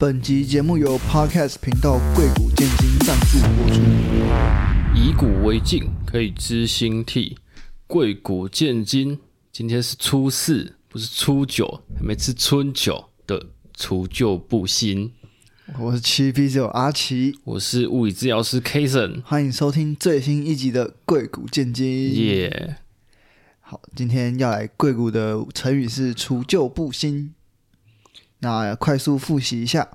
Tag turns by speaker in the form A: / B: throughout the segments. A: 本集节目由 Podcast 频道贵谷建金赞助播出。
B: 以古为镜，可以知兴替。贵古见今，今天是初四，不是初九，还没吃春酒的除旧布新。
A: 我是七 P 九阿奇，
B: 我是物理治疗师 Kason，
A: 欢迎收听最新一集的贵谷建金。
B: 耶
A: 好，今天要来贵谷的成语是除旧布新。那快速复习一下，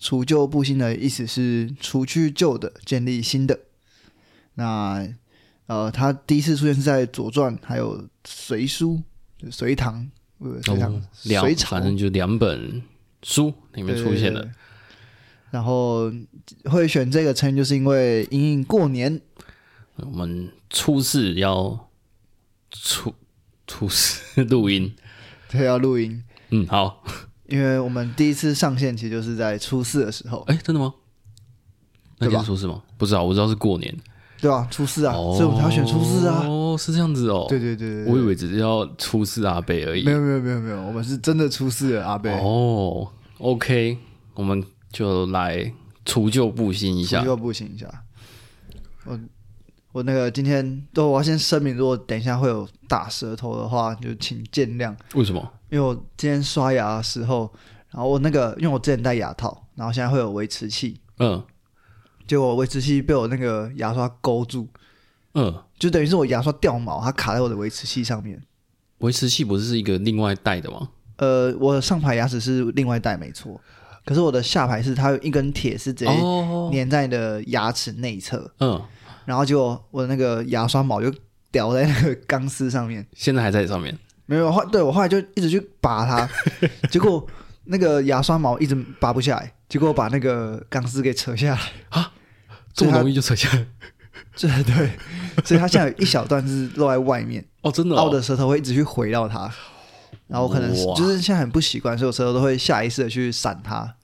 A: 除旧布新的意思是除去旧的，建立新的。那呃，它第一次出现是在《左传》还有《隋书》就隋唐，呃，隋唐
B: 哦，两
A: 隋朝
B: 反正就两本书里面
A: 对
B: 出现。
A: 对对
B: 的
A: 对然后会选这个成语，就是因为因应过年，
B: 我们初四要初初四录音。
A: 对，要录音，
B: 嗯，好。
A: 因为我们第一次上线其实就是在初四的时候，
B: 哎，真的吗？那
A: 对吧
B: 天初四吗？不知道，我知道是过年。
A: 对吧、初四啊，所以我们才要选初四啊。
B: 哦，是这样子哦。
A: 对对对对
B: 我以
A: 对，
B: 为只是要出示阿贝而已
A: 没。有没有没有没有，我们是真的初四了，阿贝，
B: 哦，OK，我们就来除旧布新一下
A: 初。六不行一下。我我那个今天都我要先声明，如果等一下会有打舌头的话，就请见谅。
B: 为什么？
A: 因为我今天刷牙的时候，然后我那个因为我之前戴牙套，然后现在会有维持器，
B: 嗯
A: 结果维持器被我那个牙刷勾住，
B: 嗯，
A: 就等于是我牙刷掉毛，它卡在我的维持器上面。
B: 维持器不是一个另外带的吗？
A: 呃，我的上排牙齿是另外戴没错，可是我的下排是它有一根铁是直接
B: 哦，
A: 粘在你的牙齿内侧，
B: 嗯，
A: 然后结果我的那个牙刷毛就掉在那个钢丝上面。
B: 现在还在上面。
A: 没有，后对我后来就一直去拔它，结果那个牙刷毛一直拔不下来，结果我把那个钢丝给扯下来。
B: 这
A: 所以
B: 么
A: 它
B: 容易就扯下来？
A: 这对，所以它现在有一小段是露在外面。
B: 哦，真的
A: 然后
B: 哦、
A: 我的舌头会一直去回到它，然后我可能是
B: 哇
A: 就是现在很不习惯，所以我舌头都会下意识的去闪它，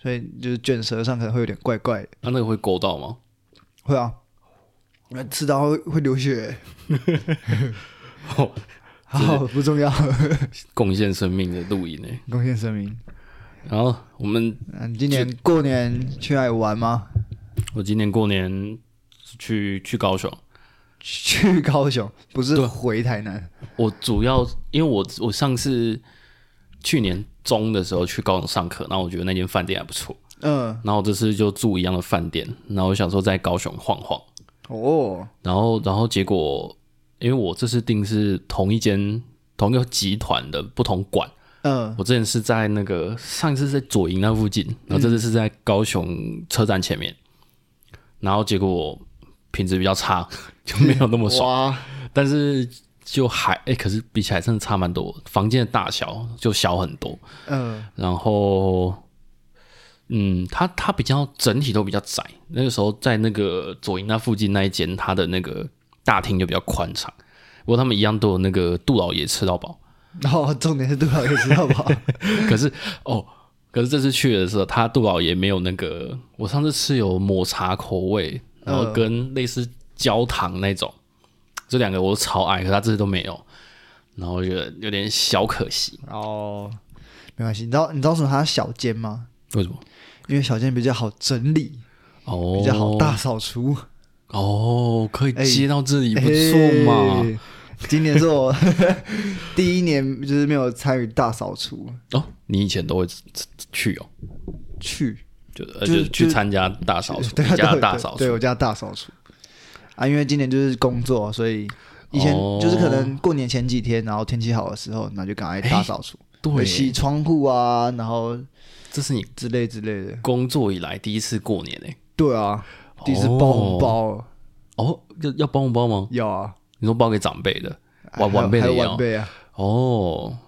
A: 所以就是卷舌上可能会有点怪怪的，
B: 啊那、那个会勾到吗？
A: 会啊，那吃到会会流血，
B: 哦，
A: 好不重要，
B: 贡献生命的录音呢？
A: 贡献声明。
B: 然后我们，
A: 那啊你今年过年去哪里玩吗？
B: 我今年过年去去高雄，
A: 去高雄，不是回台南。
B: 我主要因为我我上次去年中的时候去高雄上课，然后我觉得那间饭店还不错，
A: 嗯，
B: 然后我这次就住一样的饭店，然后我想说在高雄晃晃，
A: 哦，
B: 然后然后结果因为我这次订是同一间同一个集团的不同馆，
A: 嗯，
B: 我之前是在那个上一次是在左营那附近，然后这次是在高雄车站前面，然后结果品质比较差，就没有那么爽。
A: 哇，
B: 但是就还哎、可是比起来真的差蛮多，房间的大小就小很多，
A: 嗯，
B: 然后。嗯，它它比较整体都比较窄。那个时候在那个左营那附近那一间，它的那个大厅就比较宽敞。不过他们一样都有那个杜老爷吃到饱。
A: 然后重点是杜老师知道吧？
B: 可是哦，可是这次去的时候，他杜老爷没有那个，我上次吃有抹茶口味，然后跟类似焦糖那种，这两个我都超爱，可是他这次都没有，然后我觉得有点小可惜。
A: 哦，没关系，你知道你知道为什么它小间吗？
B: 为什么？
A: 因为小间比较好整理，
B: 哦，
A: 比较好大扫除，
B: 哦，可以
A: 哎
B: 接到这里，不错嘛。
A: 嘿今年是我 第一年，就是没有参与大扫除，
B: 哦，你以前都会去哦，
A: 去
B: 就呃
A: 就
B: 就是是去参加大扫除，
A: 对啊
B: 你家
A: 对
B: 的哦大扫
A: 对对
B: 除
A: 我。家大扫除啊，因为今年就是工作，所以以前
B: 哦
A: 就是可能过年前几天，然后天气好的时候，那就赶快大扫除，会洗
B: 对，
A: 窗户啊，然后
B: 这是你
A: 之类之类的。
B: 工作以来第一次过年欸诶。
A: 对啊，第一次包红包
B: 哦，要要帮我包吗？
A: 要啊，
B: 你说包给长辈的，晚
A: 还有
B: 晚辈
A: 还
B: 的
A: 有
B: 也
A: 晚
B: 要
A: 辈啊，
B: 哦，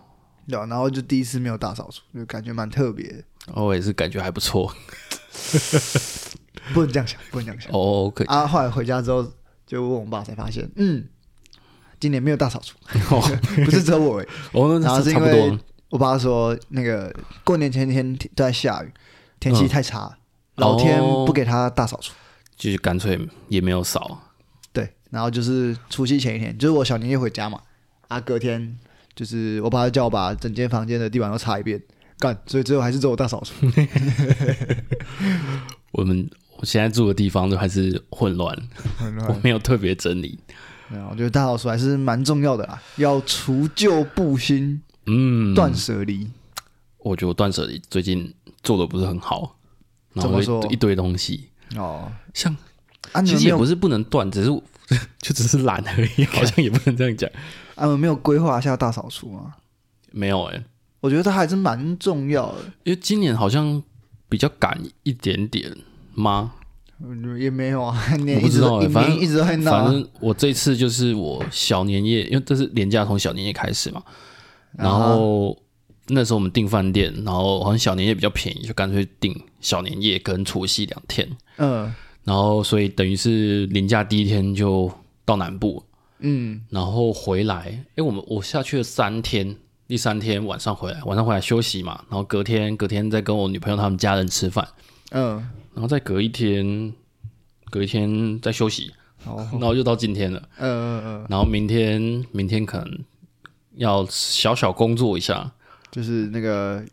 A: 对啊，然后就第一次没有大扫除，就感觉蛮特别的，
B: 哦我也是感觉还不错
A: 不能这样想，不能这样想。
B: 哦，可以
A: 啊，后来回家之后就问我爸，才发现，嗯，今年没有大扫除，
B: 哦，
A: 不是只有我而已。欸
B: 哦，
A: 然后
B: 那
A: 是
B: 差
A: 因
B: 不多
A: 为我爸说，那个过年前一天都在下雨，天气太
B: 嗯
A: 差，老天不给他大扫除。
B: 哦就是干脆也没有少
A: 对，然后就是除夕前一天，就是我小年夜回家嘛，啊，隔天就是我爸就叫我把整间房间的地板都擦一遍，干，所以最后还是只有我大扫除。
B: 我们我现在住的地方都还是混乱，
A: 很乱
B: 我没有特别整理。
A: 对啊，我觉得大扫除还是蛮重要的啦，要除旧布新，
B: 嗯，
A: 断舍离。
B: 我觉得我断舍离最近做的不是很好，然
A: 怎
B: 后
A: 么说
B: 一一堆东西，
A: 哦，
B: 像
A: 啊，你
B: 嗯其
A: 们
B: 实
A: 没
B: 也
A: 有，
B: 不是不能断，只是我 就只是懒而已，好像也不能这样讲。
A: 啊，你们没有规划一下大扫除吗？
B: 没有哎、
A: 我觉得它还是蛮重要的，
B: 因为今年好像比较赶一点点吗？
A: 嗯也没有 啊，你
B: 我不
A: 一直
B: 知道
A: 都
B: 欸
A: 一
B: 反正
A: 年一直都在闹
B: 反
A: 啊，
B: 正我这次就是我小年夜，因为这是年假从小年夜开始嘛，
A: 啊
B: 然后那时候我们订饭店，然后好像小年夜比较便宜，就干脆订小年夜跟除夕两天，
A: 嗯
B: 然后所以等于是年假第一天就到南部，
A: 嗯，
B: 然后回来，诶，我们我下去了三天，第三天晚上回来，晚上回来休息嘛，然后隔天隔天再跟我女朋友他们家人吃饭，
A: 嗯，
B: 然后再隔一天，隔一天再休息，
A: 哦，
B: 然后就到今天了。
A: 嗯嗯嗯，
B: 然后明天明天可能要小小工作一下，
A: 就是那个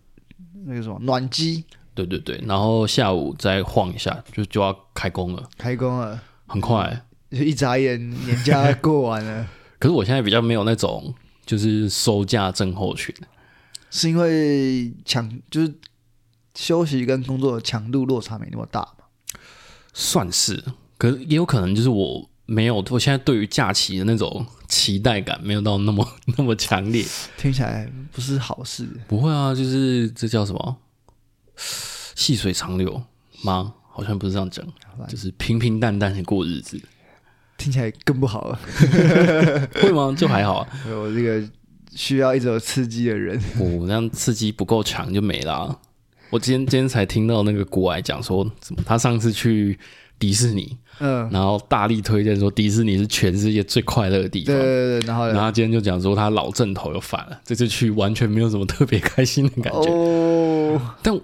A: 那个什么暖机
B: 对对对，然后下午再晃一下，就就要开工了，
A: 开工了，
B: 很快、
A: 就一眨眼年假过完 了，
B: 可是我现在比较没有那种就是收假症候群，
A: 是因为强就是休息跟工作的强度落差没那么大嘛？
B: 算是，可是也有可能就是我没有，我现在对于假期的那种期待感没有到那么 那么强烈。
A: 听起来不是好事，
B: 不会啊，就是这叫什么细水长流吗？好像不是这样讲，就是平平淡淡的过日子，
A: 听起来更不好了。
B: 会吗？就还好啊。哦
A: 我这个需要一直有刺激的人，
B: 我那样刺激不够强就没啦、我今天今天才听到那个国外讲说，什么他上次去迪士尼，
A: 嗯，
B: 然后大力推荐说迪士尼是全世界最快乐的地
A: 对
B: 方。
A: 对对，然后
B: 然
A: 呢？
B: 后他今天就讲说他老正头又反了，这次去完全没有什么特别开心的感觉。
A: 哦，
B: 但
A: 为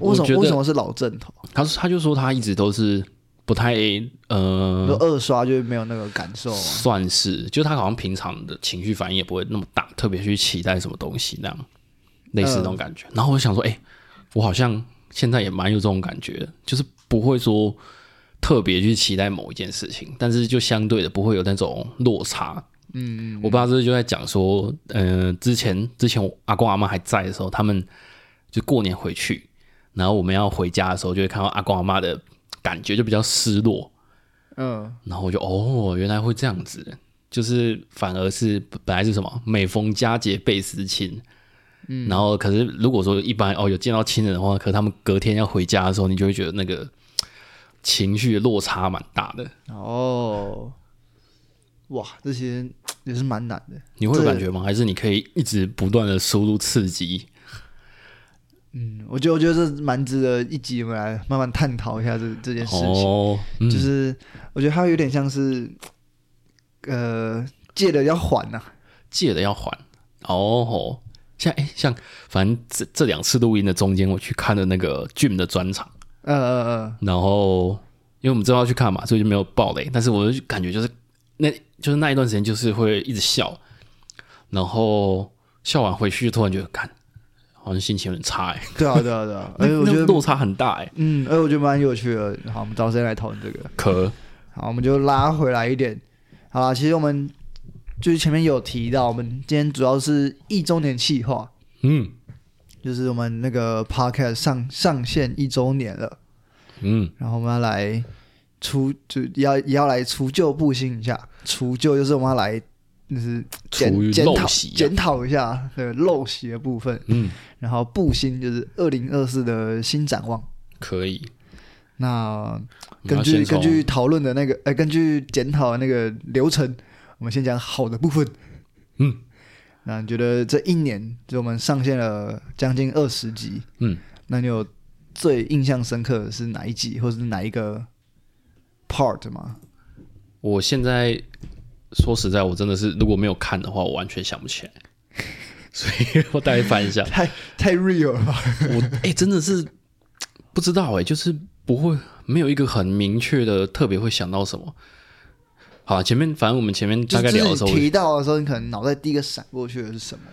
B: 我
A: 什
B: 觉
A: 么为什
B: 得
A: 么是老正头？
B: 他说他就说他一直都是不太
A: 就
B: 呃，
A: 二刷就没有那个感受嘛？
B: 算是就他好像平常的情绪反应也不会那么大，特别去期待什么东西那样，类似那种感觉。然后我就想说，哎、我好像现在也蛮有这种感觉的，就是不会说特别去期待某一件事情，但是就相对的不会有那种落差。嗯，我爸这就在讲说，呃，之前之前我阿公阿妈还在的时候，他们就过年回去，然后我们要回家的时候，就会看到阿公阿妈的感觉就比较失落。
A: 嗯，
B: 然后我就哦，原来会这样子，就是反而是本来是什么每逢佳节倍思亲，嗯，然后可是如果说一般哦有见到亲人的话，可他们隔天要回家的时候，你就会觉得那个情绪落差蛮大的，
A: 嗯哦，哇，这些也是蛮难的。
B: 你会有
A: 这
B: 感觉吗？还是你可以一直不断的输入刺激？
A: 嗯，我觉得我觉得这蛮值得一集我们来慢慢探讨一下这这件事情。
B: 哦，嗯
A: 就是我觉得它有点像是，呃，借了要还啊呐、
B: 借的要还哦吼。像哎，像反正这这两次录音的中间，我去看了那个 Jim 的专场。
A: 呃呃呃，
B: 然后因为我们正要去看嘛，所以就没有爆雷。但是我就感觉就是那就是那一段时间就是会一直笑，然后笑完回去突然觉得，看好像心情很差哎、
A: 对啊对啊对啊，而
B: 那
A: 且我
B: 那
A: 觉得，
B: 落差很大哎、
A: 嗯，而且我觉得蛮有趣的。好，我们找时间来讨论这个。
B: 可
A: 好，我们就拉回来一点。好啦，其实我们就是前面有提到，我们今天主要是一周年企划，
B: 嗯
A: 就是我们那个 podcast 上上线一周年了，
B: 嗯，
A: 然后我们要来除，就要也要来除旧布新一下。除旧就是我们要来就是检
B: 处于
A: 检讨
B: 陋习啊、
A: 检讨一下那个陋习的部分，
B: 嗯，
A: 然后布新就是二零二四的新展望。
B: 可以。
A: 那
B: 我们
A: 根
B: 要
A: 据
B: 先从
A: 根据讨论的那个，呃，根据检讨的那个流程，我们先讲好的部分。
B: 嗯，
A: 那你觉得这一年，就我们上线了将近二十集，
B: 嗯，
A: 那你有最印象深刻的是哪一集，或者是哪一个 part 吗？
B: 我现在说实在，我真的是如果没有看的话，我完全想不起来，所以我大概翻一下。
A: 太太 real 了 吧？
B: 我哎、真的是不知道哎、就是不会没有一个很明确的特别会想到什么。好啊，前面反正我们前面
A: 就
B: 大概
A: 是
B: 聊的时
A: 自
B: 候
A: 己，提到的时候，你可能脑袋第一个闪过去的是什么？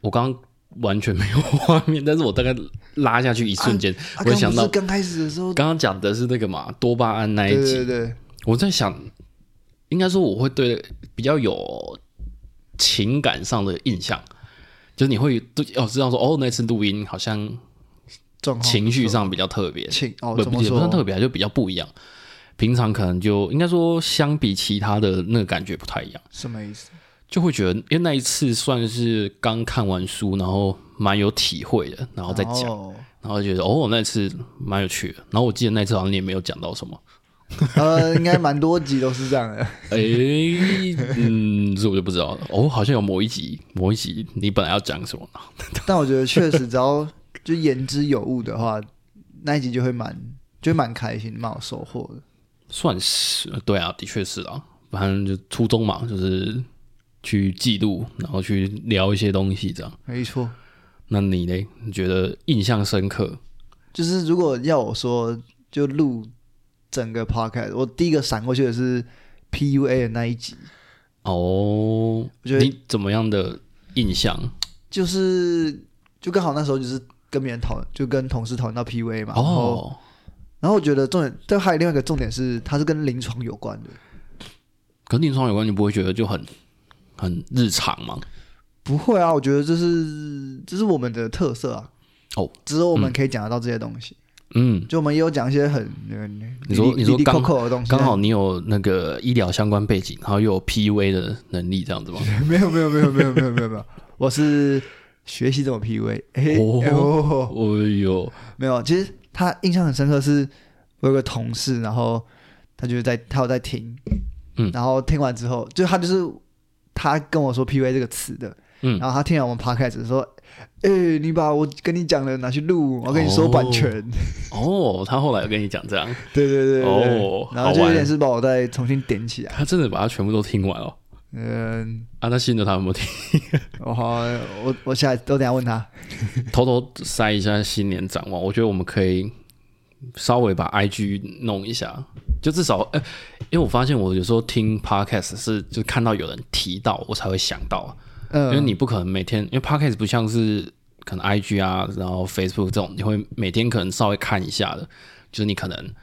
B: 我刚刚完全没有画面，但是我大概拉下去一瞬间，
A: 啊
B: 我想
A: 刚
B: 到
A: 不是刚开始的时候，
B: 刚刚讲的是那个嘛多巴胺那一
A: 对
B: 集，
A: 对对，
B: 我在想，应该说我会对比较有情感上的印象，就是你会对哦知道说哦那次录音好像
A: 哦状况
B: 情绪上比较特别，
A: 情
B: 不
A: 哦
B: 不
A: 怎么
B: 也不算特
A: 说？
B: 别啊，就比较不一样。平常可能就应该说，相比其他的那个感觉不太一样，
A: 什么意思？
B: 就会觉得，因为那一次算是刚看完书，然后蛮有体会的，然后再讲，
A: 哦
B: 然后就觉得哦，那次蛮有趣的。然后我记得那次好像你也没有讲到 什么，
A: 呃，应该蛮多集都是这样的。
B: 哎、嗯，这我就不知道了。哦，好像有某一集，某一集你本来要讲什么呢？
A: 但我觉得确实，只要 就言之有物的话，那一集就会蛮就会蛮开心，蛮有收获的。
B: 算是对啊，的确是啊，反正就初衷嘛，就是去记录，然后去聊一些东西这样。
A: 没错，
B: 那你呢？你觉得印象深刻？
A: 就是如果要我说，就录整个 podcast，我第一个闪过去的是 PUA 的那一集，
B: 哦，
A: 我觉得
B: 你怎么样的印象？
A: 就是就刚好那时候就是跟别人讨论，就跟同事讨论到 PUA 嘛，然后
B: 哦，
A: 然后我觉得重点，但还有另外一个重点是，它是跟临床有关的，
B: 跟临床有关，你不会觉得就很很日常吗？
A: 不会啊，我觉得这是这是我们的特色啊。
B: 哦，
A: 只有我们可以讲得到这些东西，
B: 嗯，
A: 就我们也有讲一些很呃
B: 你说
A: 离离
B: 你说
A: 离
B: 刚
A: Coco 的东西，
B: 刚好你有那个医疗相关背景，然后又有 PUA 的能力，这样子吗？
A: 没有没有没有没有没有没有没有，我是学习怎么 PUA，哎
B: 哦
A: 哎哦，
B: 哦哟，
A: 没有，其实他印象很深刻是，我有个同事，然后他就是在他有在听，
B: 嗯
A: 然后听完之后，就他就是他跟我说 PUA 这个词的，
B: 嗯
A: 然后他听完我们 podcast 说，哎、你把我跟你讲的拿去录，我跟你说版权，
B: 哦，他后来有跟你讲这样，
A: 对对对对对
B: 哦
A: 然后
B: 好
A: 就
B: 玩
A: 有点是把我再重新点起来，
B: 他真的把它全部都听完哦。
A: 嗯，
B: 啊，那新的他有没有听？
A: 我好，呃我我下来都等一下问他，
B: 偷偷塞一下新年展望，我觉得我们可以稍微把 IG 弄一下，就至少，呃，因为我发现我有时候听 podcast 是就看到有人提到，我才会想到，
A: 嗯，
B: 因为你不可能每天，因为 podcast 不像是可能 IG 啊，然后 Facebook 这种，你会每天可能稍微看一下的，就是你可能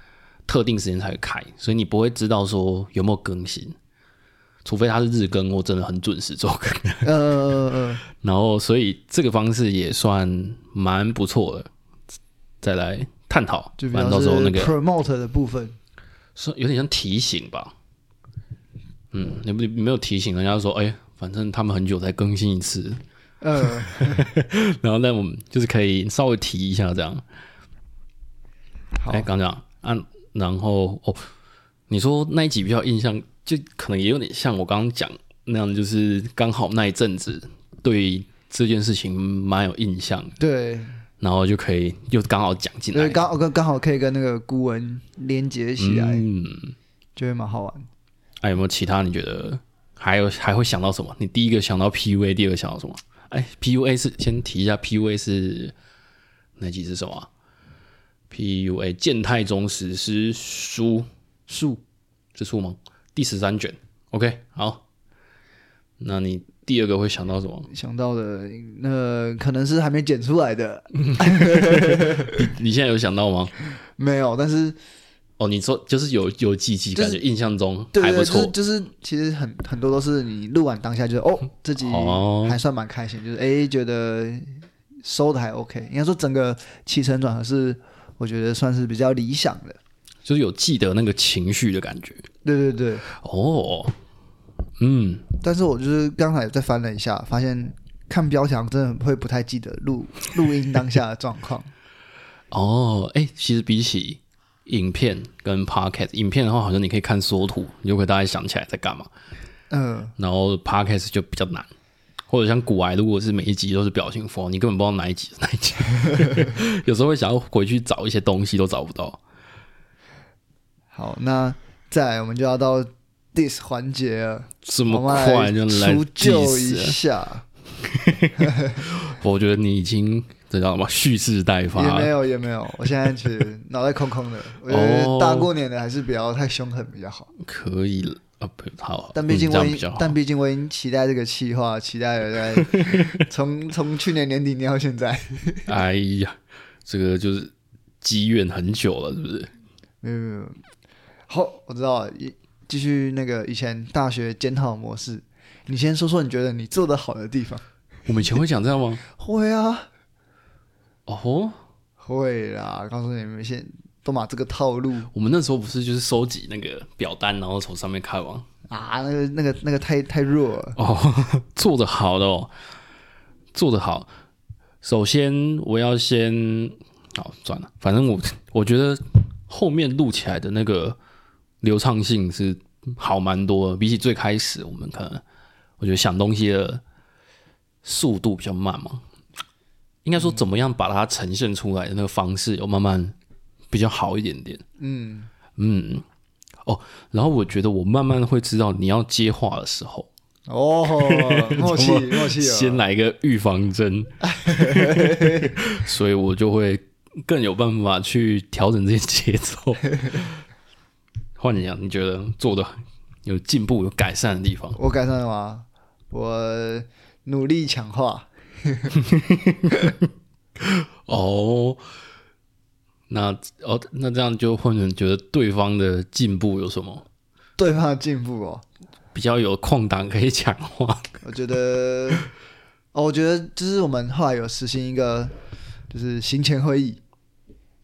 B: 特定时间才会开，所以你不会知道说有没有更新，除非它是日更或真的很准时周更。
A: 呃呃呃，
B: 然后，所以这个方式也算蛮不错的。再来探讨，
A: 就比
B: 反
A: 较
B: 正到时候
A: 是
B: 那个
A: promote 的部分，
B: 是有点像提醒吧。嗯，你不你没有提醒人家说，哎、反正他们很久才更新一次，
A: 呃，
B: 然后那我们就是可以稍微提一下这样。
A: 好
B: 哎，，刚讲啊，然后哦，你说那一集比较印象，就可能也有点像我刚刚讲那样，就是刚好那一阵子对这件事情蛮有印象的
A: 对。
B: 然后就可以又刚好讲进
A: 对，
B: 来，
A: 刚好跟刚好可以跟那个古文连接起来，
B: 嗯，
A: 就会蛮好玩。
B: 哎、有没有其他你觉得还有还会想到什么？你第一个想到 PUA，第二个想到什么？哎，PUA 是先提一下，PUA 是那集是什么啊、PUA 健太宗史诗书书是书吗？第十三卷。OK，好，那你第二个会想到什么？
A: 想到的那、可能是还没剪出来的，
B: 你现在有想到吗？
A: 没有，但是
B: 哦，你说就是有有几集
A: 就
B: 感
A: 是
B: 觉印象中
A: 对
B: 还
A: 对
B: 不
A: 对，
B: 错
A: 就是就是，其实很很多都是你录完当下就是哦，自己
B: 哦
A: 还算蛮开心，就是哎觉得收的还 OK，应该说整个起承转合是我觉得算是比较理想的。
B: 就是有记得那个情绪的感觉。
A: 对对对，
B: 哦，嗯，
A: 但是我就是刚才再翻了一下，发现看标题好像真的会不太记得录录音当下的状况。
B: 哦，哎、其实比起影片跟 podcast，影片的话，好像你可以看缩图，你就可以大概想起来在干嘛。
A: 嗯、
B: 然后 podcast 就比较难，或者像古癌，如果是每一集都是表情符号，你根本不知道哪一集是 哪一集，有时候会想要回去找一些东西都找不到。
A: 好，那再来我们就要到 dis 环节了，
B: 这
A: 我
B: 么
A: 们
B: 快就来
A: 除旧一
B: diss 了
A: 下，
B: 我觉得你已经知道吗？蓄势待发
A: 也没
B: 了。
A: 有也没有，我现在 其实脑袋空空的，我觉得大过年的还是不要太凶狠比较好。
B: 可以了，啊，不好，
A: 但毕竟
B: 嗯这
A: 我
B: 样
A: 已
B: 比较
A: 经
B: 好，。
A: 但毕竟我已经期待这个企划，期待了大概从从去年年底念到现在，
B: 哎呀，这个就是积怨很久了，是不是？
A: 没有没有没有。好，我知道了，一继续那个以前大学检讨模式，你先说说你觉得你做的好的地方。
B: 我们以前会讲这样吗？
A: 会啊，
B: 哦，
A: 会啦，告诉你们先都把这个套路
B: 我们那时候不是就是收集那个表单，然后从上面看吗？
A: 啊，那个那个那个太太弱了，
B: 哦， 做得好的哦，做得好。首先我要先，好算了，反正我我觉得后面录起来的那个流畅性是好蛮多的，比起最开始我们可能我觉得想东西的速度比较慢嘛，应该说怎么样把它呈现出来的那个方式有慢慢比较好一点点。
A: 嗯，
B: 嗯，哦，然后我觉得我慢慢会知道你要接话的时候。
A: 哦，默契默契啊
B: 先
A: 了，
B: 来个预 防针，所以我就会更有办法去调整这些节奏。换你啊讲，你觉得做的有进步、有改善的地方？
A: 我改善了吗？我努力强化，
B: 哦，那哦，那这样就换成觉得对方的进步有什么
A: 对方的进步哦，
B: 比较有空档可以讲 话？
A: 我觉得，哦，我觉得就是我们后来有实行一个就是行前会议，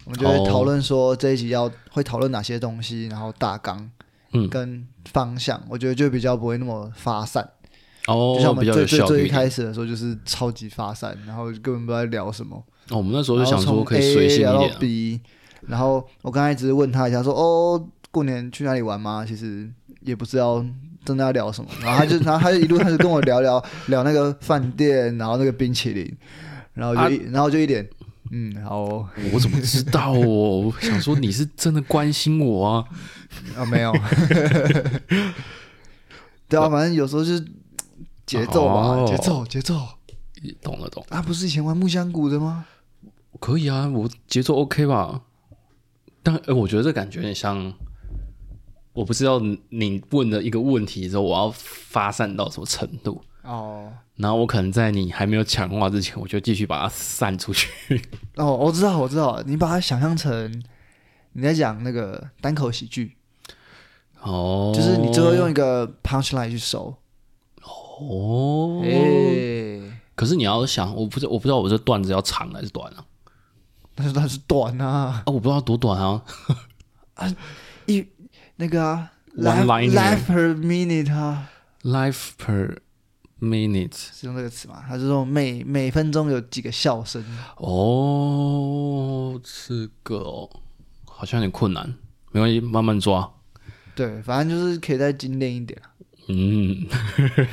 A: 我们就会
B: 哦
A: 讨论说这一集要会讨论哪些东西，然后大纲
B: 嗯，
A: 跟方向，我觉得就比较不会那么发散。就像
B: 哦
A: 我，们
B: 比较
A: 最
B: 有
A: 最
B: 效
A: 最一。
B: 率
A: 开始的时候就是超级发散，然后根本不知道在聊什么。
B: 哦，我们那时候
A: 然
B: 就
A: 后
B: 想说
A: 从
B: 可以
A: A
B: 随性一
A: 聊
B: 点
A: 到
B: 啊、
A: B，然后我刚才只是问他一下说，哦，过年去哪里玩吗？其实也不知道真的要聊什么，然后他就然后他就一路开始跟我聊聊聊那个饭店，然后那个冰淇淋，然后就一、然后就一点，嗯，好哦、
B: 我怎么知道哦？我想说你是真的关心我啊。
A: 啊，没有， 对啊，反正有时候就是节奏吧，
B: 哦
A: 节奏节奏
B: 懂了懂
A: 啊，不是以前玩木香谷的吗？
B: 了，可以啊，我节奏 OK 吧？但呃，我觉得这感觉有点像，我不知道你你问了一个问题之后，我要发散到什么程度，
A: 哦
B: 然后我可能在你还没有讲话之前，我就继续把它散出去。
A: 哦，我知道我知道，你把它想象成你在讲那个单口喜剧。
B: 哦，
A: 就是你最后用一个 punch line 去收。
B: 哦，
A: 哎，
B: 可是你要想，我不知我不知道我这段子要长还是短啊？
A: 但是它是短啊，
B: 啊，我不知道多短啊。
A: 那个啊
B: One
A: life
B: liner
A: life per minute 啊，
B: Life per minute，
A: 是用这个词嘛？它是说每每分钟有几个笑声。
B: 哦，这个哦，好像有点困难，没关系，慢慢抓。
A: 对，反正就是可以再精炼一点啊。
B: 嗯，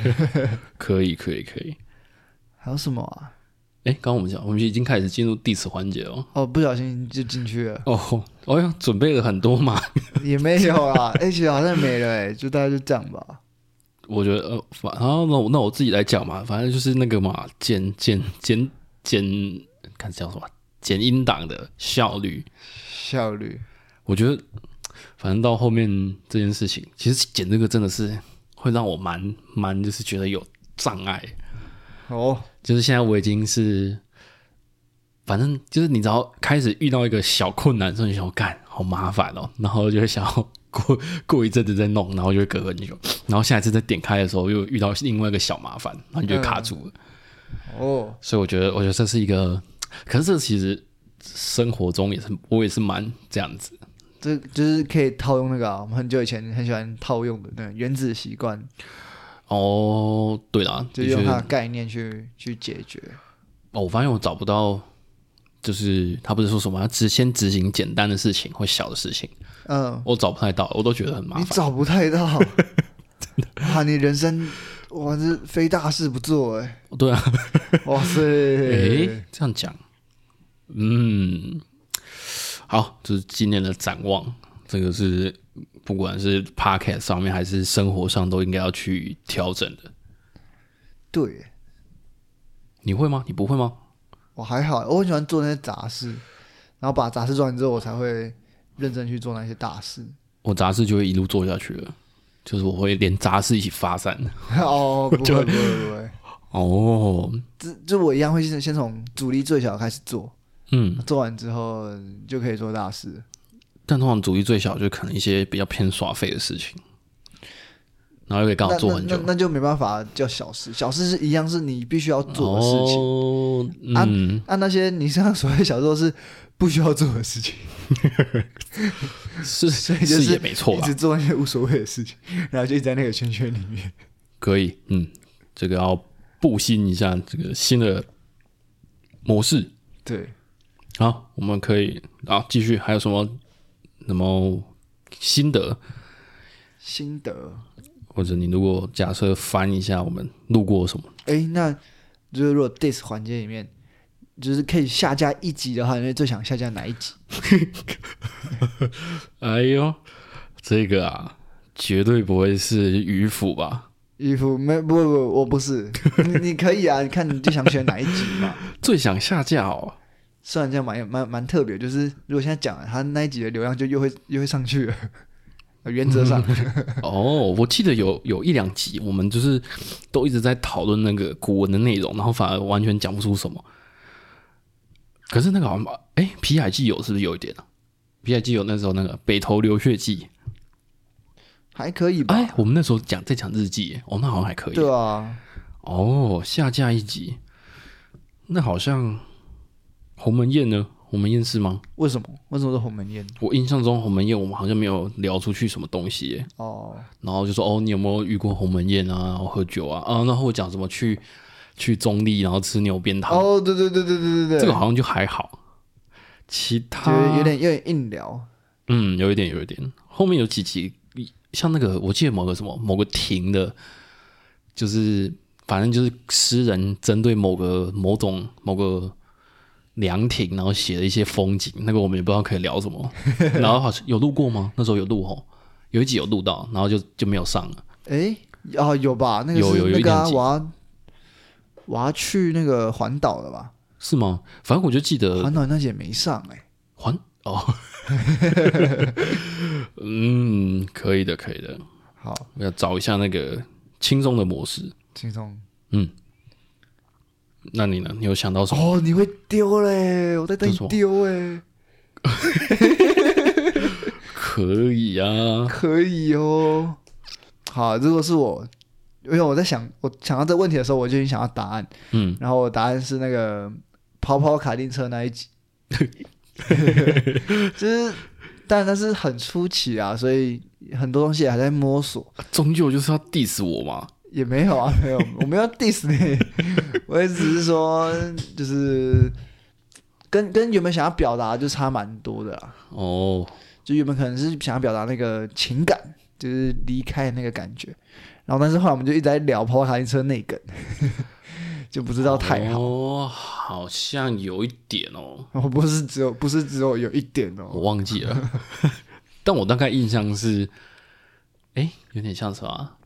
B: 可以，可以，可以。
A: 还有什么啊？
B: 哎，刚刚我们讲，我们已经开始进入第十环节了。
A: 哦，不小心就进去了，
B: 哦，哎呀，准备了很多嘛，
A: 也没有啦。 哎，其实好像没了，哎，就大概就这样吧。
B: 我觉得，呃，反，然后那我那我自己来讲嘛，反正就是那个嘛，剪剪剪剪，看叫什么，剪音档的效率，
A: 效率，
B: 我觉得，反正到后面这件事情，其实剪这个真的是会让我蛮蛮，就是觉得有障碍。
A: 哦，
B: 就是现在我已经是，反正就是你只要开始遇到一个小困难的时候，你就想干好麻烦哦，然后就会想要过过一阵子再弄，然后就会隔很久，然后下一次再点开的时候又遇到另外一个小麻烦，然后你就会卡住了。
A: 哦，
B: 所以我觉得，我觉得这是一个，可是这其实生活中也是我也是蛮这样子。
A: 这就是可以套用那个啊，我们很久以前很喜欢套用的那个原子习惯，
B: 哦，对啦，
A: 就
B: 的确
A: 用它的概念去去解决。
B: 哦，我发现我找不到，就是他不是说什么要只先执行简单的事情或小的事情，
A: 嗯，
B: 我找不太到，我都觉得很麻
A: 你
B: 烦。
A: 找不太 到，哇！你人生哇，这非大事不做哎、
B: 对啊，
A: 哇塞！
B: 诶、这样讲，嗯，好，这、是今年的展望，这个是不管是 podcast 上面还是生活上都应该要去调整的。
A: 对
B: 你会吗？你不会吗？
A: 我还好，我很喜欢做那些杂事，然后把杂 事做完之后，我才会认真去做那些大事。
B: 我杂志就会一路做下去了。就是我会连杂事一起发散。
A: 哦，不会不会不会，
B: 哦，
A: 这就我一样会先先从阻力最小开始做，
B: 嗯，
A: 做完之后就可以做大事。
B: 但通常主意最小就可能一些比较偏耍废的事情，然后又可以刚好
A: 那
B: 做很
A: 那
B: 久
A: 那。那就没办法叫小事，小事是一样是你必须要做的事情。
B: 哦，
A: 啊
B: 嗯，
A: 啊，那些你身上所谓小做是不需要做的事 情，
B: 是
A: 所以就是
B: 也没错
A: 一
B: 吧
A: 直？做那些无所谓的事情，然后就一直在那个圈圈里面。
B: 可以，嗯，这个要布新一下这个新的模式。
A: 对，
B: 好，我们可以啊，继续还有什么什么心得，
A: 心得。
B: 或者你如果假设翻一下我们路过什么，
A: 哎，那就是如果 dis 环节里面，就是可以下架一集的话，你会最想下架哪一集？
B: 哎呦，这个啊，绝对不会是迂腐吧？
A: 衣服没不不不，我不 是你，你可以啊，你看你就想选哪一集嘛。
B: 最想下架哦，
A: 虽然这样蛮蛮蛮特别，就是如果现在讲了，他那一集的流量就又会又会上 去了。原则上，
B: 哦，我记得有有一两集，我们就是都一直在讨论那个古文的内容，然后反而完全讲不出什么。可是那个好像，哎，皮海纪有是不是有一点啊？皮海纪有那时候那个北投流血记，
A: 还可以吧？
B: 哎，我们那时候讲在讲日记耶，哦，那好像还可以。
A: 对啊，
B: 哦，下架一集，那好像鸿门宴呢？鸿门宴是吗？
A: 为什么？为什么是鸿门宴？
B: 我印象中鸿门宴我们好像没有聊出去什么东西耶。
A: 哦，
B: 然后就说哦，你有没有遇过鸿门宴啊？然后喝酒啊？啊，然后我讲什么去去中立，然后吃牛鞭汤，
A: 哦，对对对对对对对，
B: 这个好像就还好。其
A: 就
B: 他
A: 是有点有点硬聊。
B: 嗯，有一点有一点。后面有几集，像那个我记得某个什么某个亭的，就是反正就是诗人针对某个某种某个凉亭，然后写了一些风景，那个我们也不知道可以聊什么。然后好像有录过吗？那时候有录吼，有一集有录到，然后就就没有上了。
A: 哎，啊有吧？那个
B: 有
A: 是
B: 有有
A: 那
B: 一
A: 个啊，
B: 两集
A: 我要我要去那个环岛了吧？
B: 是吗？反正我就记得
A: 环岛那集也没上哎。
B: 还 哦，嗯，可以的，可以的，
A: 好，
B: 我要找一下那个轻松的模式。嗯
A: 轻松。
B: 那你呢？你有想到什么？
A: 哦，你会丢嘞！我在等
B: 这是什
A: 你
B: 么
A: 丢哎，
B: 可以啊，
A: 可以哦。好，如果是我，因为我在想，我想到这个问题的时候，我就已经想到答案。
B: 嗯，
A: 然后我答案是那个跑跑卡丁车那一集， 就是，但那是很初期啊，所以很多东西还在摸索，
B: 终究就是要 diss 我嘛。
A: 也没有啊，没有，我没有 diss 你， 我也只是说，就是跟跟原本想要表达就差蛮多的啦，
B: 哦，
A: 就原本可能是想要表达那个情感，就是离开的那个感觉，然后但是后来我们就一直在聊跑跑卡丁车那梗， 就不知道太好。
B: 哦，好像有一点哦，
A: 我不是只有不是只有有一点
B: 我
A: 哦，
B: 忘记了， 但我大概印象是，哎，有点像什么啊、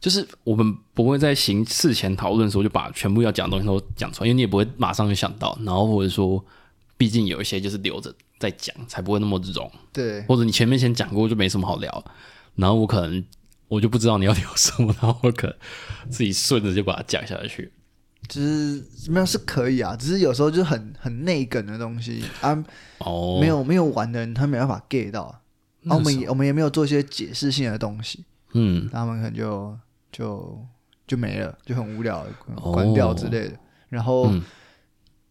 B: 就是我们不会在行事前讨论的时候就把全部要讲的东西都讲出来，因为你也不会马上就想到，然后或者说，毕竟有一些就是留着再讲，才不会那么冗，
A: 对，
B: 或者你前面先讲过就没什么好聊，然后我可能我就不知道你要 聊什么，然后我可能自己顺着就把它讲下去。
A: 就是没有是可以啊，只是有时候就很很内梗的东西啊，
B: 哦，
A: 没有没有玩的人他没办法 get 到啊，啊
B: 那
A: 我
B: 个时候
A: 们也我们也没有做一些解释性的东西，
B: 嗯，
A: 他们可能就就就没了，就很无聊，
B: 哦嗯
A: 关掉之类的。然后、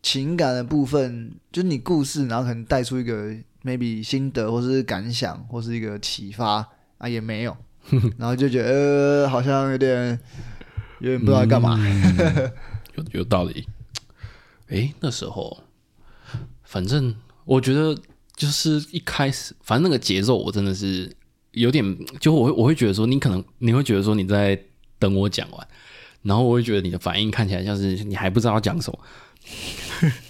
A: 情感的部分，就是你故事，然后可能带出一个 maybe 心得或是感想或是一个启发啊，也没有， 然后就觉得、呃、好像有点有点不知道在干嘛。
B: 嗯 有有道理。诶，那时候，反正我觉得就是一开始，反正那个节奏我真的是有点，就我会我会觉得说，你可能你会觉得说你在等我讲完，然后我会觉得你的反应看起来像是你还不知道要讲什么，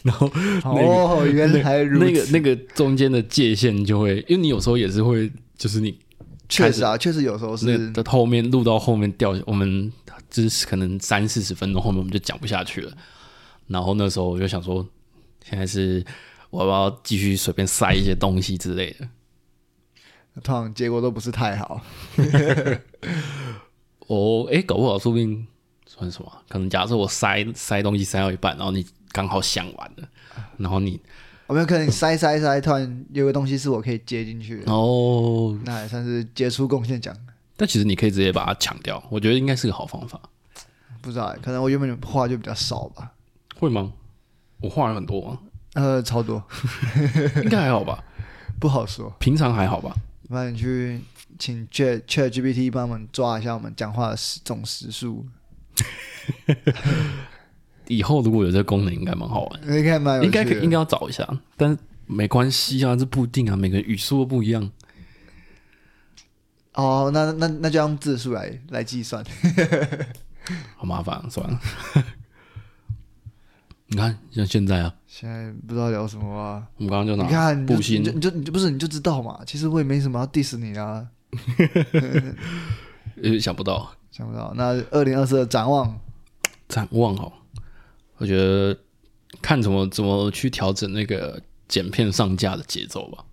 B: 然后
A: 哦，原来如此，
B: 那个那个中间的界限就会，因为你有时候也是会，就是你
A: 确实啊，确实有时候
B: 那
A: 是
B: 个后面录到后面掉，我们就是可能三四十分钟后面我们就讲不下去了。然后那时候我就想说，现在是我要不要继续随便塞一些东西之类的？
A: 通常结果都不是太好。
B: 哦，哎，搞不好说不定算什么啊？可能假设我塞塞东西塞到一半，然后你刚好想完了，然后你
A: 我没有可能塞塞塞，突然有个东西是我可以接进去的，
B: 哦，
A: 那也算是杰出贡献奖。
B: 但其实你可以直接把它抢掉，我觉得应该是个好方法。
A: 不知道欸，可能我原本话就比较少吧。
B: 会吗？我话有很多吗？
A: 呃，超多，
B: 应该还好吧，
A: 不好说。
B: 平常还好吧。
A: 麻烦你去请 Chat Chat GPT 帮我们抓一下我们讲话的时总时数，
B: 以后如果有这个功能，应该蛮好玩。
A: 应该蛮有
B: 应
A: 趣的
B: 该可应该要找一下，但是没关系啊，这不一定啊，每个语速都不一样。
A: 哦，那那那就用字数来来计算。
B: 好麻烦、啊算了。 你看，像现在啊，
A: 现在不知道聊什么啊？
B: 我们刚刚就
A: 你
B: 拿
A: 看，你就
B: 布心
A: 你就你就你就不是你就知道嘛。其实我也没什么要 diss 你的啊，
B: 呃，想不到
A: 想不到。那二零二四的展望，
B: 展望哦，我觉得看怎么怎么去调整那个剪片上架的节奏吧，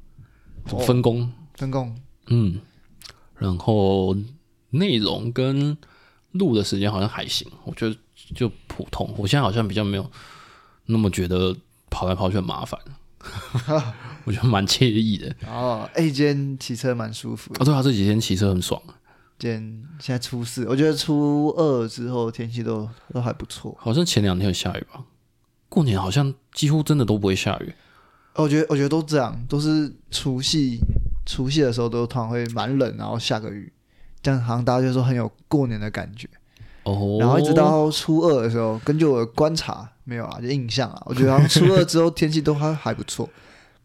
A: 哦
B: 怎么分工，
A: 分工
B: 嗯，然后内容跟录的时间好像还行，我觉得就普通。我现在好像比较没有那么觉得跑来跑去很麻 烦，我觉得蛮惬意的。
A: 哦，哎，今天骑车蛮舒服的。
B: 哦，对啊，这几天骑车很爽。
A: 今天现在初四，我觉得初二之后天气都都还不错。
B: 好像前两天有下雨吧？过年好像几乎真的都不会下雨。
A: 我觉得我觉得都这样，都是除夕除夕的时候都通常会蛮冷，然后下个雨，这样好像大家就说很有过年的感觉。
B: 哦，
A: 然后一直到初二的时候，根据我的观察，没有啊，就印象啊，我觉得好像初二之后天气都还还不错，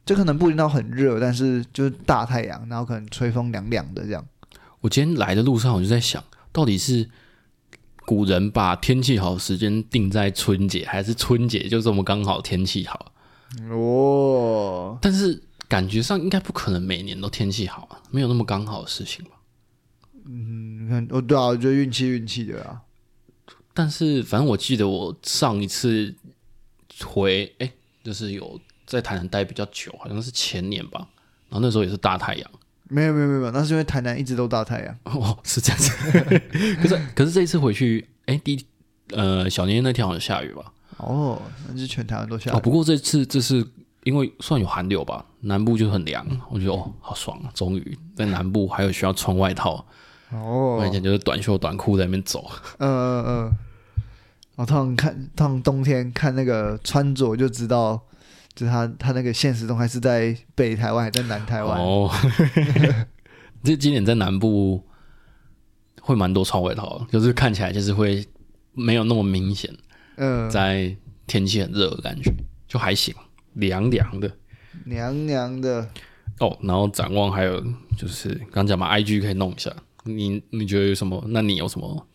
A: 就可能不一定到很热，但是就是大太阳，然后可能吹风凉凉的这样。
B: 我今天来的路上，我就在想，到底是古人把天气好的时间定在春节，还是春节就这么刚好天气好？
A: 哦，
B: 但是感觉上应该不可能每年都天气好啊，没有那么刚好的事情吧。
A: 嗯，看哦，对啊，我觉得运气运气的啊，
B: 但是反正我记得我上一次回，哎、就是有在台南待比较久，好像是前年吧。然后那时候也是大太阳，
A: 没有没有没有没有，那是因为台南一直都大太阳。
B: 哦，是这样子。可是可是这一次回去，哎、第一呃小年夜那天好像下雨吧？
A: 哦，那是全台湾都下雨
B: 哦，不过这次这次因为算有寒流吧，南部就很凉，我觉得哦好爽啊，终于在南部还有需要穿外套，我以
A: 哦，
B: 前就是短袖短裤在那边走。
A: 呃呃呃，我通常看，通常冬天看那个穿着就知道，就是他他那个现实动态是在北台湾还在南台湾。
B: 哦， 这今年在南部会蛮多穿外套的，就是看起来就是会没有那么明显，
A: 嗯，
B: 在天气很热的感觉，就还行，凉凉的
A: 娘娘的，
B: 哦。然后展望还有就是刚讲嘛，IG 可以弄一下，你你觉得有什么？那你有什么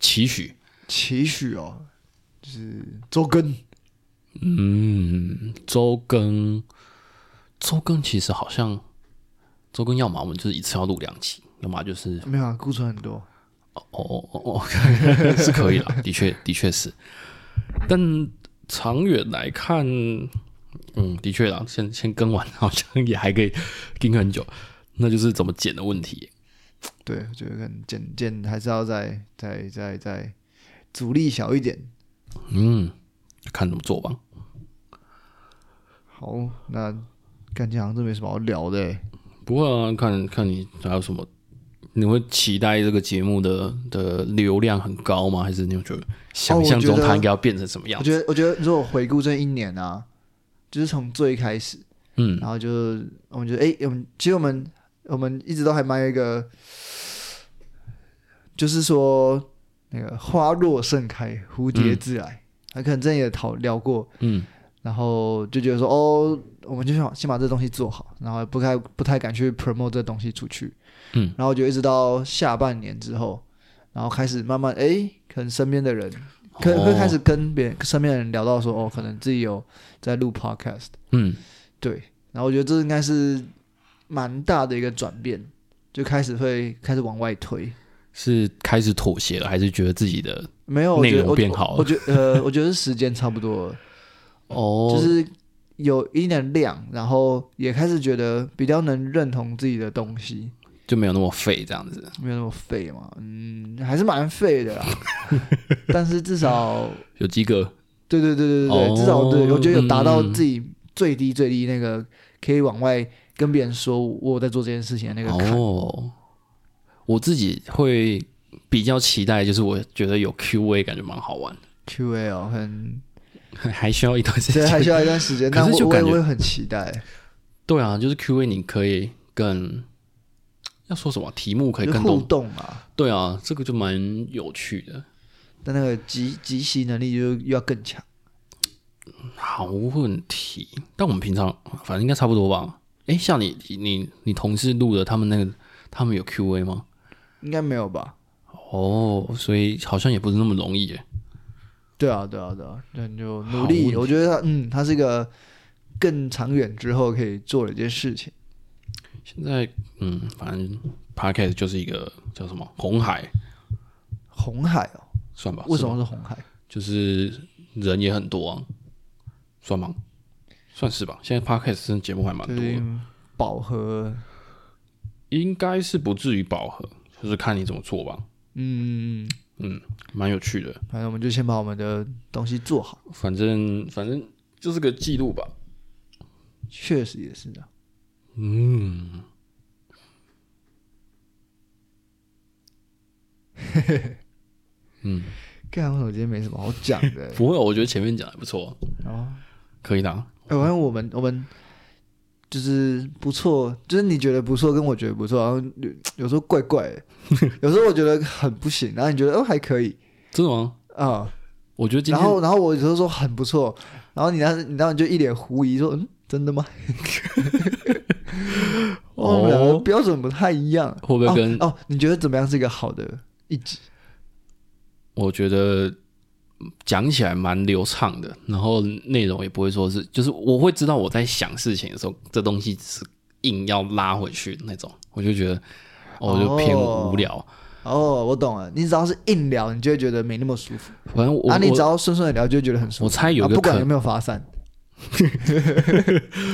B: 期许？
A: 期许哦，就是周更，
B: 嗯，周更，周更其实好像周更，要么我们就是一次要录两期，要么就是
A: 没有啊，库存很多。
B: 哦哦哦，哦， 是可以啦，的确的确是，但长远来看，嗯，的确啦，先先跟完好像也还可以跟很久，那就是怎么剪的问题。
A: 对，我觉得可能减减还是要再再再再阻力小一点。
B: 嗯，看怎么做吧。
A: 好，那感觉好像真没什么好聊的欸。
B: 不会啊，看看你还有什么，你会期待这个节目的的流量很高吗？还是你会觉得想象中
A: 哦我觉得
B: 它应该要变成什么样
A: 我
B: 子？
A: 觉得，我觉得如果回顾这一年啊，就是从最开始，
B: 嗯，
A: 然后就我们觉得，哎、我们其实我们我们一直都还蛮有一个，就是说那个花若盛开，蝴蝶自来，那、可能之前也讨聊过，
B: 嗯，
A: 然后就觉得说，哦，我们就想先把这东西做好，然后不太不太敢去 promote 这东西出去，
B: 嗯，
A: 然后就一直到下半年之后，然后开始慢慢，哎，可能身边的人。可
B: 哦
A: 会开始跟别人身边的人聊到说，哦，可能自己有在录 podcast，
B: 嗯，
A: 对，然后我觉得这应该是蛮大的一个转变，就开始会开始往外推。
B: 是开始妥协了，还是觉得自己的
A: 没有，我
B: 内
A: 觉得
B: 容
A: 我
B: 变好了
A: 我觉得呃，我觉得时间差不多了，
B: 哦
A: 就是有一定的量，然后也开始觉得比较能认同自己的东西，
B: 就没有那么废这样子。
A: 没有那么废嘛，嗯，还是蛮废 的啦。但是至少，
B: 有几个
A: 对对对对对对，
B: 哦
A: 至少对我觉得有达到
B: 嗯嗯
A: 自己最低最低那个可以往外跟别人说我有在做这件事情的那个坎。
B: 哦，我自己会比较期待，就是我觉得有 Q&A 感觉蛮好玩，
A: Q A 哦，很
B: 还需要一段时
A: 对，还
B: 间。
A: 需要一段时间，
B: 可是
A: 但我
B: 就
A: 我也
B: 感觉
A: 会很期待，
B: 对啊，就是 Q&A 你可以更要说什么题目可以
A: 就
B: 更
A: 互
B: 懂。
A: 动啊，
B: 对啊，这个就蛮有趣的。
A: 但那个即即席能力就要更强。
B: 好问题，但我们平常反正应该差不多吧。哎，像你你你同事录的，他们那个他们有 Q&A 吗？
A: 应该没有吧？
B: 哦，所以好像也不是那么容易耶。
A: 对啊，对啊，对啊，那你就
B: 好
A: 努
B: 问
A: 力。
B: 题
A: 我觉得他，嗯，他是一个更长远之后可以做的一件事情。
B: 现在嗯，反正 Podcast 就是一个叫什么红海，
A: 红海哦，
B: 算吧？
A: 为什
B: 是吧？
A: 么是红海？
B: 就是人也很多啊，算吗？算是吧。现在 Podcast 真的节目还蛮
A: 就
B: 多
A: 是
B: 的，
A: 饱和，
B: 应该是不至于饱和，就是看你怎么做吧。
A: 嗯，
B: 蛮有趣的，
A: 反正我们就先把我们的东西做好。
B: 反正反正就是个记录吧。
A: 确实也是啊的，
B: 嗯，嗯
A: 干我今天没什么好讲的、 欸。
B: 不会，我觉得前面讲的不错，
A: 哦，
B: 可以的啊。
A: 哎、反正我们我们就是不错，就是你觉得不错，跟我觉得不错，然后有有时候怪怪 的，有时候我觉得很不行，然后你觉得哦还可以
B: 真的吗？
A: 啊。
B: 我觉得今
A: 然
B: 天
A: 后，然后我有时候说很不错，然后你当时你当时就一脸狐疑说：“嗯，真的吗？” 哦，我们两个标准不太一样，
B: 会不会跟
A: 哦哦？你觉得怎么样是一个好的一集？
B: 我觉得讲起来蛮流畅的，然后内容也不会说是，就是我会知道我在想事情的时候，这东西是硬要拉回去那种，我就觉得哦，我就偏
A: 哦
B: 无聊。
A: 哦，我懂了，你只要是硬聊，你就会觉得没那么舒服；
B: 反正我、
A: 啊，你只
B: 我
A: 要顺顺的聊，就会觉得很舒服。
B: 我猜有
A: 啊、
B: 个
A: 不管
B: 可
A: 有没有发散，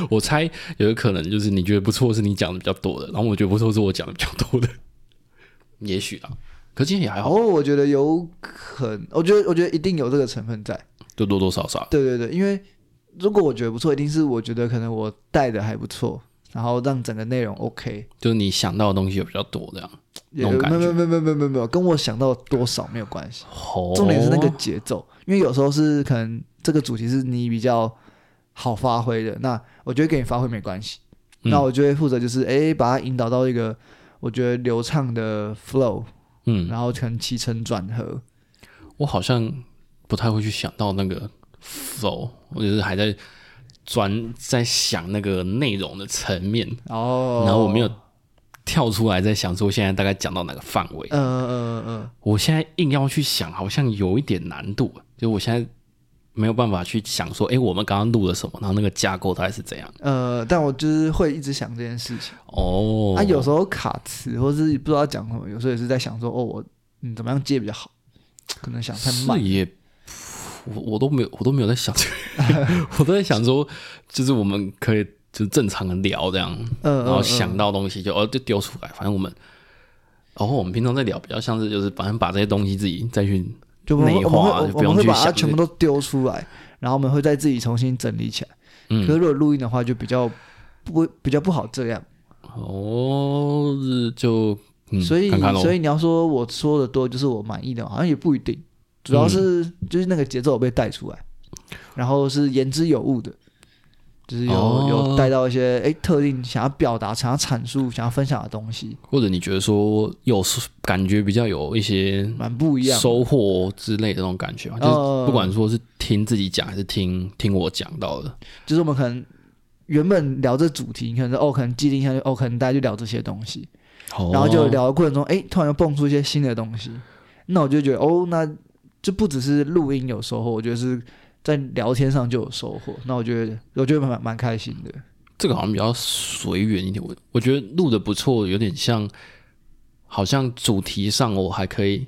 B: 我猜有个可能就是你觉得不错是你讲的比较多的，然后我觉得不错是我讲的比较多的， 也许啦。可今天也还好，
A: 哦，我觉得有可能，我觉得我觉得一定有这个成分在。
B: 就多多少少。
A: 对对对，因为如果我觉得不错，一定是我觉得可能我带的还不错，然后让整个内容 OK。
B: 就是你想到的东西也比较多，这样。
A: 也
B: 那种感
A: 没有
B: 觉
A: 没有没有没有没有没有，跟我想到多少没有关系。
B: 哦
A: 重点是那个节奏，因为有时候是可能这个主题是你比较好发挥的，那我觉得给你发挥没关系，
B: 嗯
A: 那我就会负责就是哎、诶把它引导到一个我觉得流畅的 flow，
B: 嗯，
A: 然后可能起承转合。
B: 我好像不太会去想到那个 flow，我就是还在专在想那个内容的层面，
A: 哦，
B: 然后我没有跳出来在想说现在大概讲到哪个范围。
A: 嗯，嗯嗯嗯嗯，
B: 我现在硬要去想，好像有一点难度，就我现在没有办法去想说，哎、我们刚刚录了什么，然后那个架构大概是怎样。
A: 呃，但我就是会一直想这件事情。
B: 哦，
A: 啊，有时候卡词，或是不知道讲什么，有时候也是在想说，哦，我嗯怎么样接比较好，可能想太慢
B: 是。也，我我都没有，我都没有在想 这个，我都在想说，就是我们可以就正常的聊这样，
A: 嗯，
B: 然后
A: 嗯
B: 想到东西就哦就丢出来，反正我们，然后我们平常在聊比较像是就是反正把这些东西自己再去
A: 就我们
B: 内
A: 会我
B: 化
A: 们会
B: 就不
A: 我们
B: 用
A: 会
B: 去
A: 把它
B: 想
A: 全部都丢出来，然后我们会再自己重新整理起来。
B: 嗯
A: 可是如果录音的话，就比较不比较不好这样。
B: 哦是就嗯，
A: 所以
B: 看看咯
A: 所以你要说我说的多就是我满意的，好像也不一定。主要是
B: 嗯
A: 就是那个节奏有被带出来，然后是言之有物的，就是有、
B: 哦
A: 有带到一些哎特定想要表达、想要阐述、想要分享的东西，
B: 或者你觉得说有感觉比较有一些
A: 蛮不一样的。
B: 收获之类的那种感觉嘛，就是
A: 呃
B: 不管说是听自己讲还是听听我讲到的，
A: 就是我们可能原本聊这主题，你可能说哦，可能既定下去，哦，可能大家就聊这些东西，然后就
B: 哦
A: 聊的过程中，哎、突然又蹦出一些新的东西，那我就觉得哦，那就不只是录音有收获，我觉得是在聊天上就有收获，那我觉得我觉得蛮蛮开心的。
B: 这个好像比较随缘一点。我我觉得录的不错，有点像，好像主题上我还可以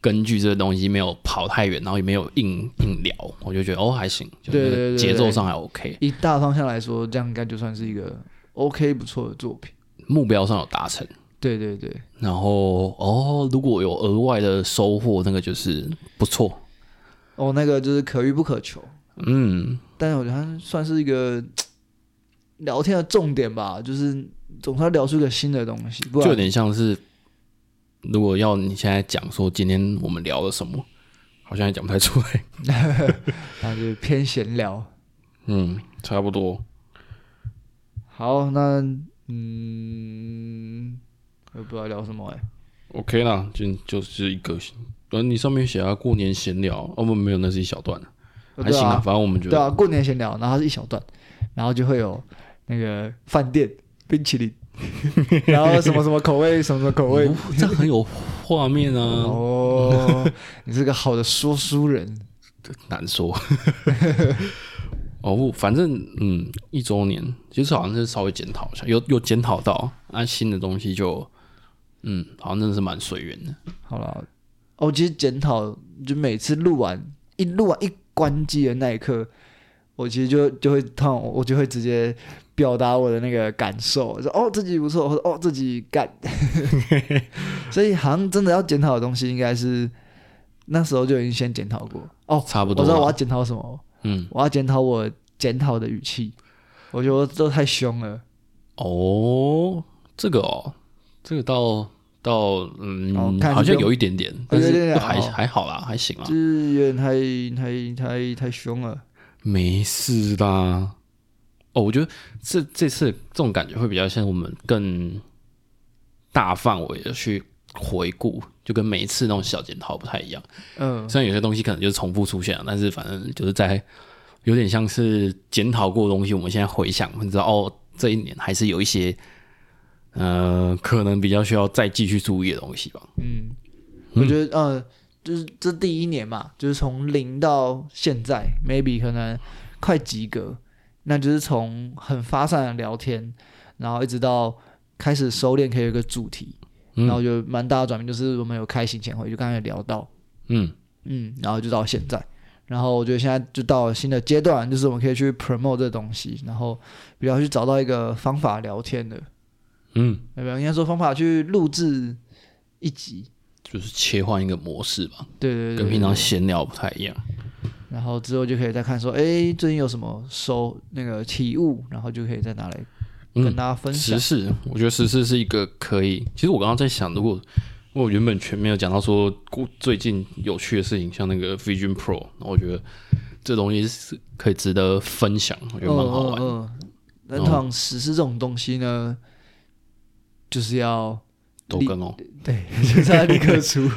B: 根据这个东西没有跑太远，然后也没有硬硬聊，我就觉得哦还行，就
A: 对
B: 是
A: 对对
B: 节
A: 对
B: 奏上还 OK，
A: 以大方向来说，这样应该就算是一个 OK 不错的作品。
B: 目标上有达成。
A: 对对对，
B: 然后哦，如果有额外的收获，那个就是不错。
A: 哦，那个就是可遇不可求，
B: 嗯，
A: 但是我觉得它算是一个聊天的重点吧，就是总是要聊出一个新的东西，不
B: 就有
A: 然
B: 点像是，如果要你现在讲说今天我们聊了什么，好像也讲不太出来。
A: 那就是偏闲聊。
B: 嗯，差不多。
A: 好，那嗯，我也不知道聊什么哎、
B: OK 啦，就就是一个，呃，你上面写啊，过年闲聊，哦不，没有，那是一小段，
A: 哦
B: 还行
A: 对
B: 啊，
A: 啊，
B: 反正我们觉
A: 对
B: 得，
A: 啊，过年闲聊，然后它是一小段，然后就会有那个饭店冰淇 淋，然后什么什么口味，什么什么口味
B: 哦。这很有画面啊，
A: 哦，你是个好的说书人。
B: 难说。 哦，反正嗯，一周年其实好像是稍微检讨一下，有有检讨到，啊，新的东西就嗯，好像真的是蛮随缘的。
A: 好了，哦，其实检讨，就每次录完一录完一关机的那一刻，我其实就就会痛，我就会直接表达我的那个感受，我说哦自己不错，或者哦自己干， 所以好像真的要检讨的东西，应该是那时候就已经先检讨过。哦，
B: 差不
A: 我
B: 多
A: 知
B: 啦
A: 道我要检讨什么，
B: 嗯，
A: 我要检讨我检讨的语气，我觉得我都太凶了。
B: 哦，这个哦，这个到到
A: 哦
B: 嗯，
A: 看
B: 好
A: 是
B: 像
A: 不用
B: 有一点点，但
A: 有一点
B: 是
A: 点
B: 还
A: 哦
B: 还好啦，还行啦
A: 就。是有点太太太太凶了。
B: 没事啦。哦，我觉得这这次这种感觉会比较像我们更大范围的去回顾，就跟每一次那种小检讨不太一样。
A: 嗯，
B: 虽然有些东西可能就是重复出现啊，但是反正就是在有点像是检讨过的东西，我们现在回想，你知道哦，这一年还是有一些呃，可能比较需要再继续注意的东西吧。
A: 嗯，我觉得
B: 嗯
A: 呃，就是这第一年嘛，就是从零到现在，maybe 可能快及格，那就是从很发散的聊天，然后一直到开始收敛，可以有一个主题，
B: 嗯
A: 然后就蛮大的转变，就是我们有开行前会，就刚才有聊到，
B: 嗯，
A: 嗯，然后就到现在。然后我觉得现在就到了新的阶段，就是我们可以去 promote 这东西，然后比较去找到一个方法聊天的，
B: 嗯，
A: 有没有？应该说方法去录制一集，
B: 就是切换一个模式吧，
A: 对对对对，
B: 跟平常闲聊不太一样。
A: 然后之后就可以再看说，哎，最近有什么收那个体悟，然后就可以再拿来
B: 嗯
A: 跟大家分享
B: 时。事，我觉得时事是一个可以。其实我刚刚在想，如果因为我原本全没有讲到说过最近有趣的事情，像那个 Vision Pro，那我觉得这东西是可以值得分享，我觉得蛮好玩。
A: 嗯嗯。那
B: 然
A: 通
B: 后
A: 常实施这种东西呢，就是 要
B: 都跟哦，
A: 对，就是要立刻出。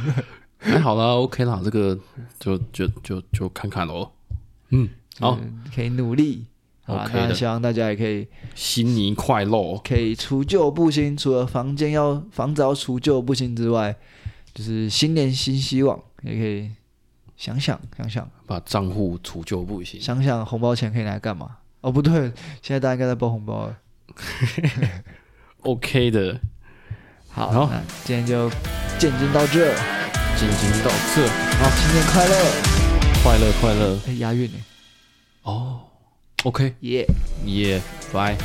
B: 还好啦，OK 啦，这个就就就就看看咯。嗯，好，
A: 嗯，可以努力。好啦
B: OK
A: 那
B: 的
A: 希望大家也可以
B: 新年快乐！哦
A: 可以除旧布新，除了房间要房子要除旧布新之外，就是新年新希望，也可以想想想想。
B: 把账户除旧布新，
A: 想想红包钱可以拿来干嘛？哦，不对，现在大家应该在包红包了。
B: OK 的，
A: 好，
B: 好
A: 那今天就见证到这，
B: 进行到这，
A: 好，新年快乐！
B: 快乐快乐
A: 哎，押韵呢，
B: 哦。OK，
A: 耶、
B: 耶，拜。